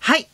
はい。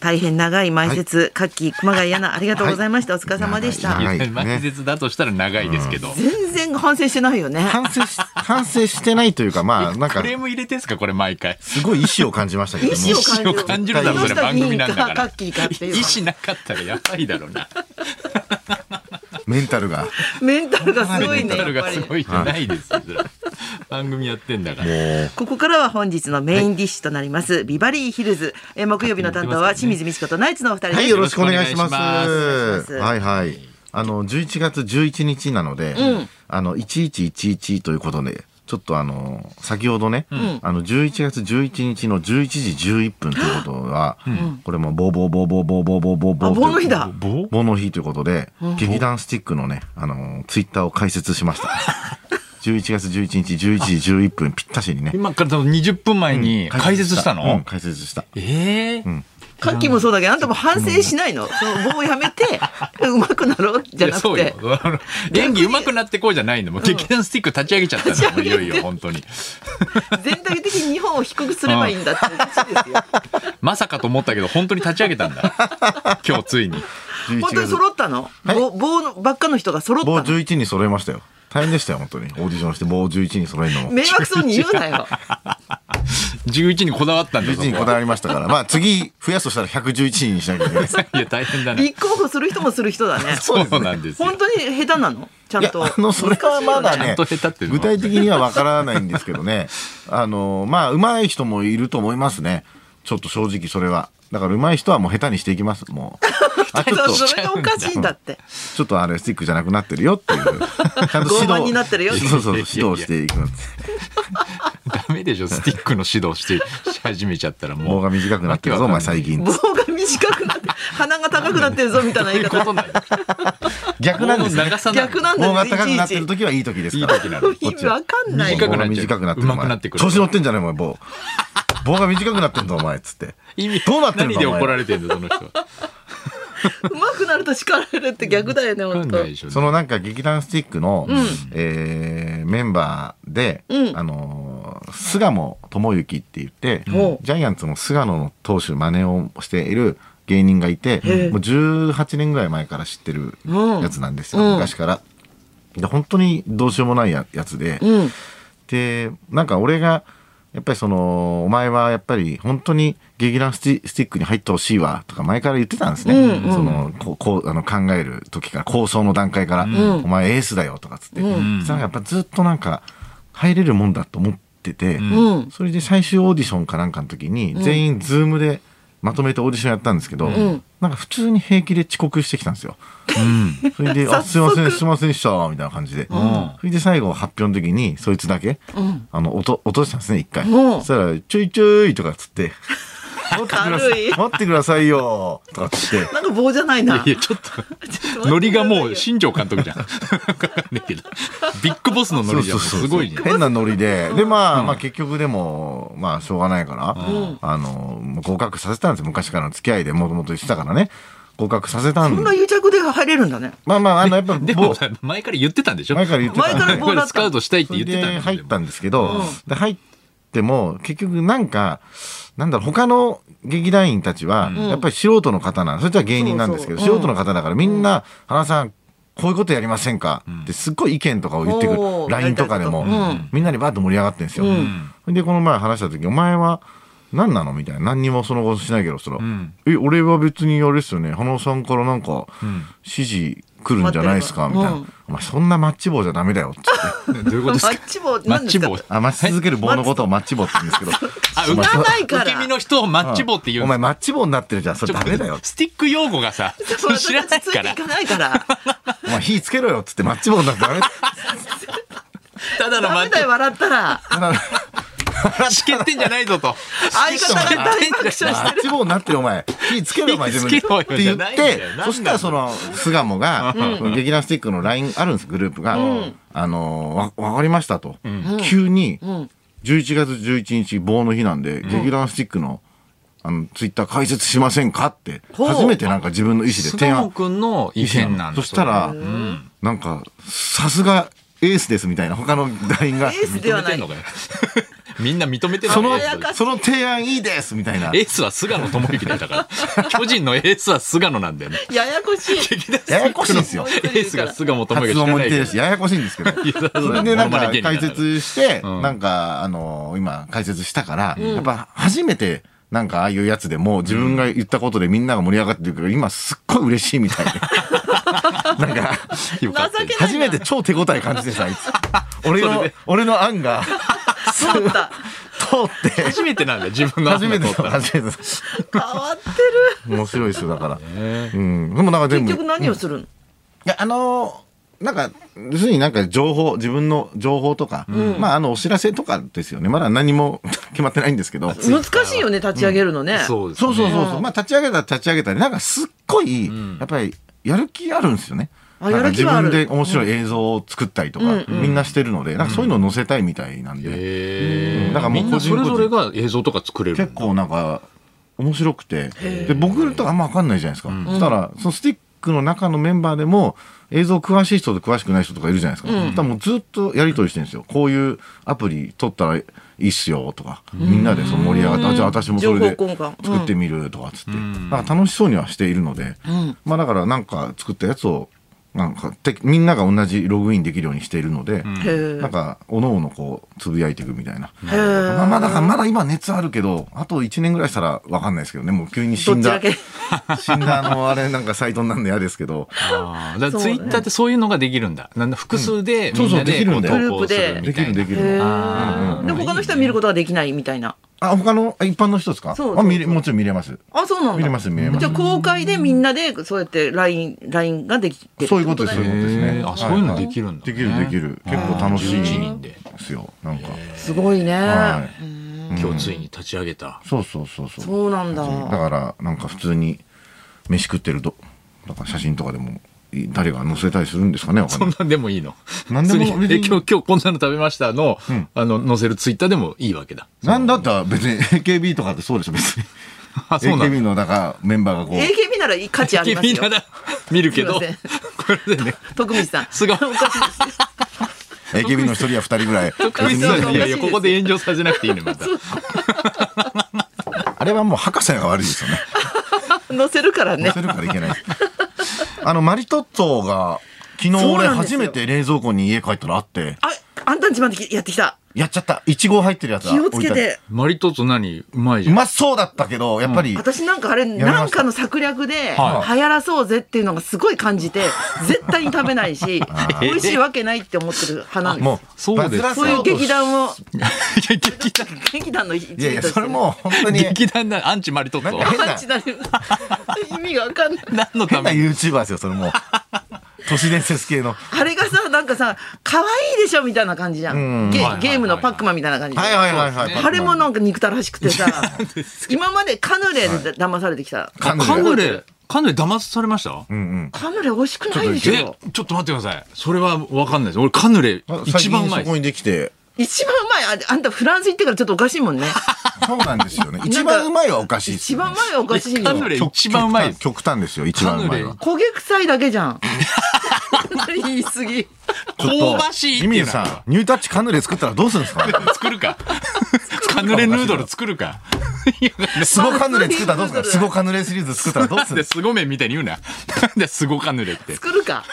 大変長い前説、夏季熊谷アナ、ありがとうございました。お疲れ様でした。長いね前説だとしたら長いですけど。全然反省してないよね。反省し、反省してないというか、まあ、なんクか、レーム入れてんすかこれ毎回。すごい意志を感じましたけ意ど思をも。感じ意思る。を感じるだろそれ番組なんだからどうした議員かカッキーかっていう意思なかったらやばいだろうな。メンタルが。メンタルが すごメいンね。タルやっぱがすりごいじゃないですよ。それ番組やってんだから。ここからは本日のメインディッシュとなります、ビバリーヒルズ。えー木曜日の担当は清水美智子とナイツのお二人です。はい、よろしくお願いします。よしろくお願いしますはいはい。あの、11月11日なので、あの、1111ということで、ちょっとあの、先ほどね、あの、11月11日の11時11分ということは、これもボーボーボーボーボーボーボーボーボあ、ー棒の日だ。棒ボの日ということで、劇団スティックのね、あの、ツイッターを開設しました。11月11日11時11分ぴったしにね。今から多分20分前に解説したうんの解説した。ええカッキーもそうだけど、あんたも反省しないの。その棒をやめて、うまくなろうじゃいなやそくうよ て。。あの演技上手くなってこうじゃないの。もう劇団スティック立ち上げちゃったの。もういよいよ本当に。全体的に日本を低くすればいいんだって話ですよ。まさかと思ったけど本当に立ち上げたん だ。今日ついに。本11当に月揃ったの、はい棒棒のばっかの人が揃った棒の11に揃えましたよ。大変でしたよ、本当に。オーディションして棒11に揃えるのも。迷惑そうに言うなよ11にこだわったんだ11にこだわりましたから。まあ次増やすとしたら111人にしなきゃいけない。 いや大変だね。立候補する人もする人だねそうなんですよ。本当に下手なのちゃいんや、とあの、それはまだちゃんねと下手っていう、のは具体的にはわからないんですけどね。あの、まあ、上手い人もいると思いますね。ちょっと正直それは。だから上手い人はもう下手にしていきます、もう。あ、ちょっと、そうそれがおかしいんだってちょっとあれ、スティックじゃなくなってるよってい う。ちゃんと傲指慢導。になってるよ そうそう、指導していく。ダメでしょスティックの指導してし始めちゃったらもう棒が短くなってるぞ、お前最近棒。が短くなって鼻が高くなってるぞみたいな言いどうい方うことなの逆なんですね棒の長さなの逆なんだ棒よがね高くなっていちるいち時はいい時ですいいから。時なの意味わかんない短よくなっちゃう短くなってうまくなってくるお前調子乗ってんじゃねえお前棒 棒が短くなってんぞお前っつって意味どうなってるの何で怒られれてんだその人はうまくなると叱られるって逆だよねわか本ん当ないでしょそのなんか劇団スティックの、えーメンバーで、うんあのー菅野智之って言って、ほうジャイアンツの菅野の投手真似をしている芸人がいてへえもう18年ぐらい前から知ってるやつなんですよ、うん昔から。で本当にどうしようもないややつで、うんでなんか俺がやっぱりそのお前はやっぱり本当に劇団スティスティックに入ってほしいわとか前から言ってたんですね、うんうんそのこうこうあの考える時から構想の段階から、お前エースだよとかっつって、うんそしたらやっぱずっとなんか入れるもんだと思ってて、うんそれで最終オーディションかなんかの時に全員ズームでまとめてオーディションやったんですけど、んなんか普通に平気で遅刻してきたんですよ。それで「あすい早ま速せんすいませんでした」みたいな感じで、んそれで最後発表の時にそいつだけ、あの落と落としたんですね一回、うんそしたら「ちょいちょい」とかっつって「持ってくだ さ軽いい待ってくださいよ」とかっつって。なんか棒じゃないないやちょ っとノリがもう新庄監督じゃんわかんないけどビッグボスのノリじゃんすごいね変なノリで、でまあ、まあ結局でもまあしょうがないから、あの合格させたんですよ昔からの付き合いでもともとしてたからね合格させたんこでんな癒着で入れるんだねまあまああの やっぱでもさ前から言ってたんでしょ前から言ってたんで前からこれスカウトしたいって言ってそたれでんで入ったんですけど、で入っても結局なんかなんだろう他の劇団員たちはやっぱり素人の方なんそれじゃ芸人なんですけどそうそう素人の方だからみんな「花さんこういうことやりませんか?」ってすっごい意見とかを言ってくるおー LINE とかでも、うんみんなにバーッと盛り上がってるんですよ。うんそれでこの前話した時「お前は何なの?」みたいな何にもその後しないけどそら、んえ俺は別にあれですよね花さんからなんかん指示来るんじゃないですかみ待ったいてるからな、うんお前そんなマッチ棒じゃダメだよ」っつって。どういうことですマかッチ棒マなんッでチすか棒あ、待ち続ける棒のことをマッチ棒って言うんですけど。あ、お浮前かないから受け身の人をマッチ棒って言うおんで前マッチ棒になってるじゃん。そすれダメだよ。スティック用語がさ、そう私知らなたいちついかていら、かないからお前火つけろよっつってマッチ棒になってダメだよ。ただのダマッ メだよ笑ったらチ、しけってんじゃないぞと。相方が大爆笑マしてッチ棒になってるお前。火つけろよお前自分で。っ火つけろよて言っじゃないんてだよなんだ、そよしたらその、菅野が、その劇団スティックの LINE あるんです、グループが。あのー、わわかりましたと。急に、11月11日棒の日なんで、劇団スティックの、あの、ツイッター開設しませんかって、ほう初めてなんか自分の意思で菅提案野。くんの意見なんだそしたら、なんか、さすがエースですみたいな、他の団員がエ、ースで認はめなていんのかよ。みんな認めてないそのエース、その提案いいですみたいな。エースは菅野智之だっ たから。巨人のエースは菅野なんだよね。ややこしい。ややこしいんですよ。エースが菅野智発之し音かもな似ていけるどし、ややこしいんです けど。やそれでなんモノマかネ芸人解だから説して、うんなんか、あの、今解説したから、やっぱ初めて、なんかああいうやつでも自分が言ったことでみんなが盛り上がってるけど、今すっごい嬉しいみ たいで。なんか、よかっ情たけない初めて超手応え感じてさ、あいつ。俺 そのれで、俺の案が、通った。通って、初めて なんだよ自分の初めて、だった初めて。変わって面白いですよ、だから。ねうん。でもなんかる。全結部。局何をするのいや、あのーなんか、要するになんか情報、自分の情報とか、まあ、あの、お知らせとかですよね。まだ何も 決まってないんですけど。そう難しいよね、立ち上げるのね。そうですそねうそうそう。まあ、立ち上げたら立ち上げたり、なんかすっごい、やっぱり、やる気あるんですよね。あなんかやる気自はある分で面白い映像を作ったりとか、みんなしてるので、なんかそういうのを載せたいみたいなんで、へえだからもうみんなそれぞれが映像とか作れる結構なんか、面白くて、で僕とかあんま分かんないじゃないですか。そしたら、そのスティックの中のメンバーでも、映像詳しい人と詳しくない人とかいるじゃないですか。だからもうずっとやり取りしてるんですよ。こういうアプリ取ったらいいっすよとか、みんなでその盛り上がった、あじゃあ私もそれで情報交換うん作ってみるとかっつって、なんか楽しそうにはしているので、まあだからなんか作ったやつを、なんかてみんなが同じログインできるようにしているので、へえなんか、おのおのこう、つぶやいていくみたいな。へーまあ、まあだからまだ今熱あるけど、あと1年ぐらいしたらわかんないですけどね、もう急に死んどっだちだ、 死んだあの、あれなんかサイトになんの嫌ですけど、あーだかそらツうイねッターってそういうのができるんだなんだ複数でそうみそんうなでこうでき投るんだよ稿するグループでみきたいるなできへえる。あーで他の人は見ることができないみたいな。あ、他の、あ一般の人ですかそうそうそうあ見れもちろん見れます。あ、そうなんだ。見れます見れますじゃあ公開でみんなで、そうやって LINE、LINE ができてるそういうことです、っそうていうだこよとですへね。ーあはいそういうのできるんだはいできる、できる。結構楽しい。 11人でですよ、なんか。すごいね。はい今日ついに立ち上げたそうそうそうそう。そうなんだ。だからなんか普通に飯食ってるとだから写真とかでもい誰が載せたりするんですかねわかんそないんなんでもいいのなんでも普通に別えに今日今日こんなの食べましたのんあの載せるツイッターでもいいわけだなんだったら別に AKB とかってそうでしょ別にあそうなんだ AKB のだからメンバーがこう AKB なら価値ありますみんよな。だ見るけどこすいまれでね徳光さん。菅野 AKB の一人や二人ぐらい 得意別そうにいないのいにやいやここで炎上させなくていいねまたあれはもう博士が悪いですよね 載せるから載ねせ。るからいけないあのマリトッツォが昨日そう俺なんです初よめて冷蔵庫に家帰ったらあってあ、あんたんちまでやってきた。やっちゃったいちご入ってるやつ気をつけて。マリトッツォ何うまいじうゃんまそうだったけどやっぱり、私なんかあれ、ましたなんかの策略で、流は行らそうぜっていうのがすごい感じて、絶対に食べないし、美味しいわけないって思ってる派なんです。もうそうでバズすらせそういようとし劇団を、いや劇団劇団の一員としいてやね。いやそれもう本当に劇団なアンチマリトッツなんォかアンチなる。 意味がわかんない。何のた変なめに YouTuber ですよ、そ れもう。都市伝説系の。はあれがさ、なんかさ、可愛いでしょみたいな感じじゃん。ゲはいはいはいゲームのパックマンみたいな感じいで。はいはいはい。あれもなんか憎たらしくてさ、今までカヌレで騙されてきた。カカヌレカヌレ騙されましたうんうん。カヌレ美味しくないでえしょちょっと待ってくださいそれは分かんないです俺カヌレ一番うま最近いそこにできて。一番うまいあれあんたフランス行ってからちょっとおかしいもんねそうなんですよね。一番うまいはおかしいです一よ番ね。うまいはおかしいカよヌレ一番うまいです極端極端ですよ、一番うまいは。焦げ臭いだけじゃん言い過ぎ香ばしいってジミいーうのはさん、ニュータッチカヌレ作ったらどうするんですか作るかカヌレヌードル作るかいやスゴカヌレ作ったらどうするんですかスゴカヌレシリーズ作った らどうすなんるんでですすごめんみたいに言うな なんですごカヌレって作るか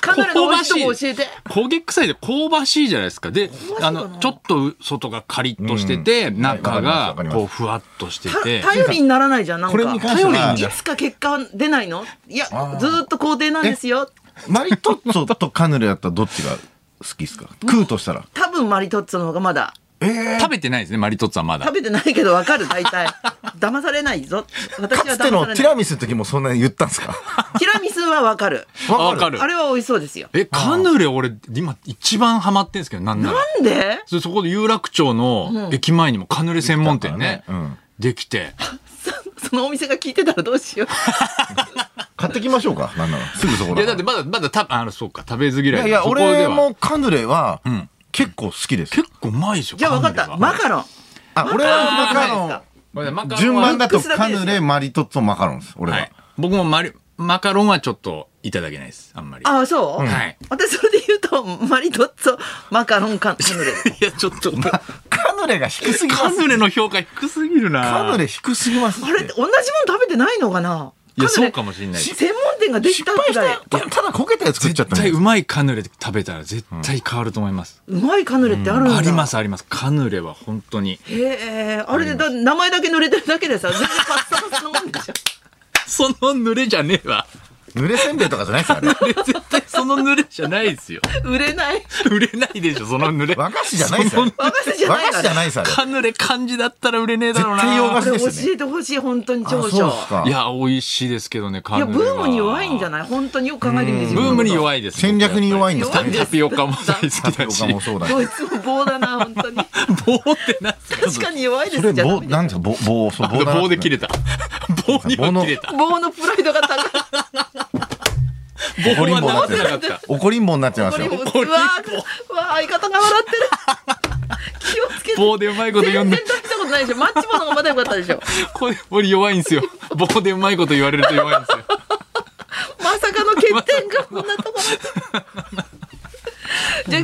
カヌレの美味しいとこ教えて焦げ臭いで香ばしいじゃないですかであのちょっと外がカリッとしてて、中がわかりますこうふわっとしてたて頼りにならないじゃんなんこれにか関して頼はり、にいつか結果は出ないのいやずーっと工程なんですよマリトッツォとカヌレだったらどっちが好きですか食うとしたら。多分マリトッツォの方がまだ食べてないですねマリトッツォはまだ食べてないけどわかる大体騙されないぞ私かは騙つさてれないのティラミスの時もそんなに言ったんですかティラミスはわかるあわかるあれは美味しそうですよえカヌレ俺今一番ハマってんですけどなんならなんでそそこで有楽町の駅前にもカヌレ専門店ね、できたからねできてそのお店が聞いてたらどうしよう。買ってきましょうか。なんなら。すぐそこだいからやだってまだまだたあのそうか食べず嫌いいだやいや、そこでは俺もカヌレは結構好きです。結構うまいですよじゃあ分かっカた。ヌレマはカロン。あ、俺はあーマカロマン。ごめんなさいマカロンは順番だとマカロンカはヌレ、マリトッツォ、マカロンです。俺はは。い僕もマリマカロンはちょっといただけないです。あんまり。ああ、そう、はい私、それで言うと、マリトッツォ、マカロンカカヌレ。いや、ちょっと、カヌレが低すぎまカす。ヌレの評価低すぎるな。カヌレ低すぎますって。あれ、同じもの食べてないのかないや、そうかも。もしれない。絶専門店ができ失たぐ敗しらいた。たただ焦げたやつ食っちゃったね対う。まいカヌレ食べたら絶対変わると思います。うまいカヌレってあるんだ、。ありますすあります。カヌレは本当に。へえ、あれでだ、名前だけ濡れてるだけでさ、全然パッサパサのもんでしょ。その濡れじゃね えわ。濡れせんべいとかじゃないですよ、あれ。絶対その濡れじゃないですよ。売れない。売れないでしょ、その濡れ。和菓子じゃないですよ。あれ和菓子じゃ和ない菓か子じゃら。ないです、あれ。カヌレ漢字だったら売れねえだろうな。絶対洋菓こ子れ教ですよえてほしい、本当にあ長そうです所。かい。や、美味しいですけどね、カいヌや、レは。ブームに弱いんじゃない本当によく考えてみてブームに い。弱いです。戦略に弱いんですか弱いんねで。タすピオカも大好きタピだオしカ。もそうだしこ。いつも棒だな、本当に。棒ってなんす確かかに弱いでそすれじゃ棒ダメなんですか棒棒そう棒だな棒で切れた。棒には切れた。 棒のプライドが高い。棒は直せなかった。怒りんぼになっちゃいまこすれよも。うわーうわー相方が笑ってる。 気をつけて。棒でうまいこと読んで全然大したことないでしょ。マッチ棒の方がまだ良かったでしょ。これ、これ弱いんですよ。棒でうまいこと言われると弱いんですよ。まさかの欠点がこんなところで。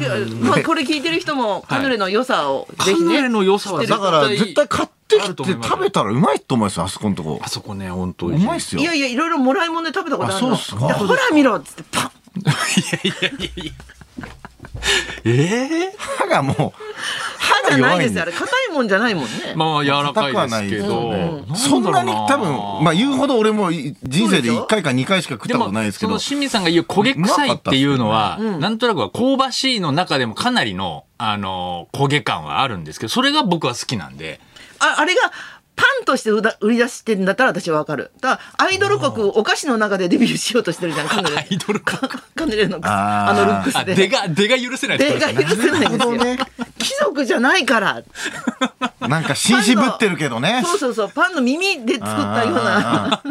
じゃあ、まあ、これ聞いてる人もカヌレの良さをカ ぜひヌレね。の良さはだから絶対買ってきて食べたらうまいと思いますよ、あそこのとこあ。そこね、本当うまいっすよい。やいや、いろいろもらい物で食べたことあるの。あそうっすかいやほら見ろっつってパン。ええ歯がも歯じゃないですよ。あ弱れ硬いもんじゃないもんね。まあ柔うら硬くかはいないでですけすどよね。。そんなに多分、まあ言うほど俺もい人生で1回か2回しか食ったことないですけそどの、清水さんが言う焦げ臭いっていうのは、うんなんとなくは香ばしいの中でもかなりの、あの、焦げ感はあるんですけど、それが僕は好きなんで。ああれがパンとして売だ売り出してるんだったら私はわかる。だからアイドル国お菓子の中でデビューしようとしてるじゃん、カヌレ。アイドル国かカヌレのああーのルックスあ、で。出が、出が許せないです出これが許せないんですよ。貴族じゃないから。なんか紳士ぶってるけどね。そうそうそう、パンの耳で作ったような。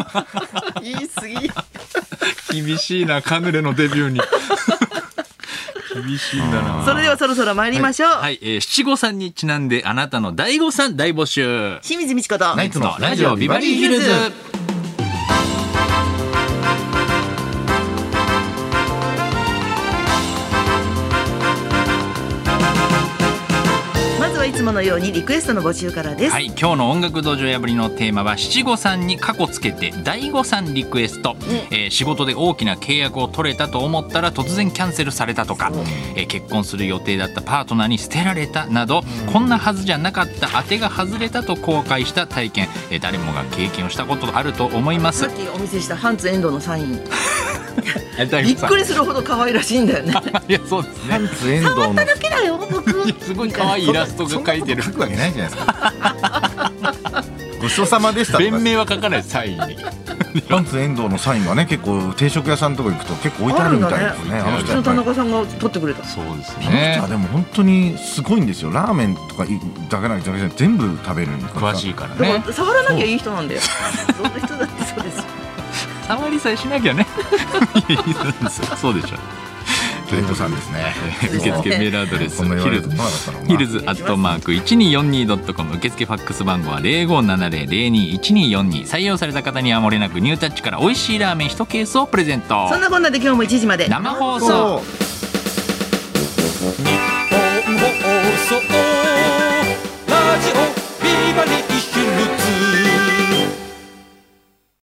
言い過ぎ。厳しいな、カヌレのデビューに。厳しいんだな。それではそろそろ参りましょう。はい、えー七五三にちなんで、あなたの第五三大募集。清水美智子と。ナイツのラジオビバリーヒルズ。まずはいつものようにリクエストの募集からです。はい、今日の音楽道場破りのテーマは七五三に過去つけて第五三リクエスト、えー仕事で大きな契約を取れたと思ったら突然キャンセルされたとか、えー結婚する予定だったパートナーに捨てられたなど、こんなはずじゃなかった当てが外れたと後悔した体験、えー誰もが経験をしたことあると思いまさすっ。きお見せしたハンツ遠藤のサイン。びっくりするほど可愛らしいんだよね。 いやそうですパねンツ遠藤の。けだよ、僕。すごい可愛いイラストが書いてるそんなこと書くわけないじゃないですか。ごちそうさまでしたとか。弁明は書かないサインにパンツ遠藤のサインがね、結構定食屋さんとか行くと結構置いてあるみたいですね。あるんだねあのうち人やのっぱ田中り。さんが撮ってくれた。そうですいねやでも本当にすごいんですよラーメンとかいだけなんだけじゃなくて全部食べるんで詳しいからでねも触らなきゃいい人なんだよ。そんな人だってそうですよ。触りさえしなきゃねいやいいですよそうで しょ遠藤さんですね受付メールアドレスこんな言ヒわれルるとズ思わなかったもんなヒルズアットマーク 1242.com 受付ファックス番号は0570-021242採用された方にはもれなくニュータッチから美味しいラーメン1ケースをプレゼントそんなこんなで今日も1時まで。生放送そう日本放送ラジオビバリー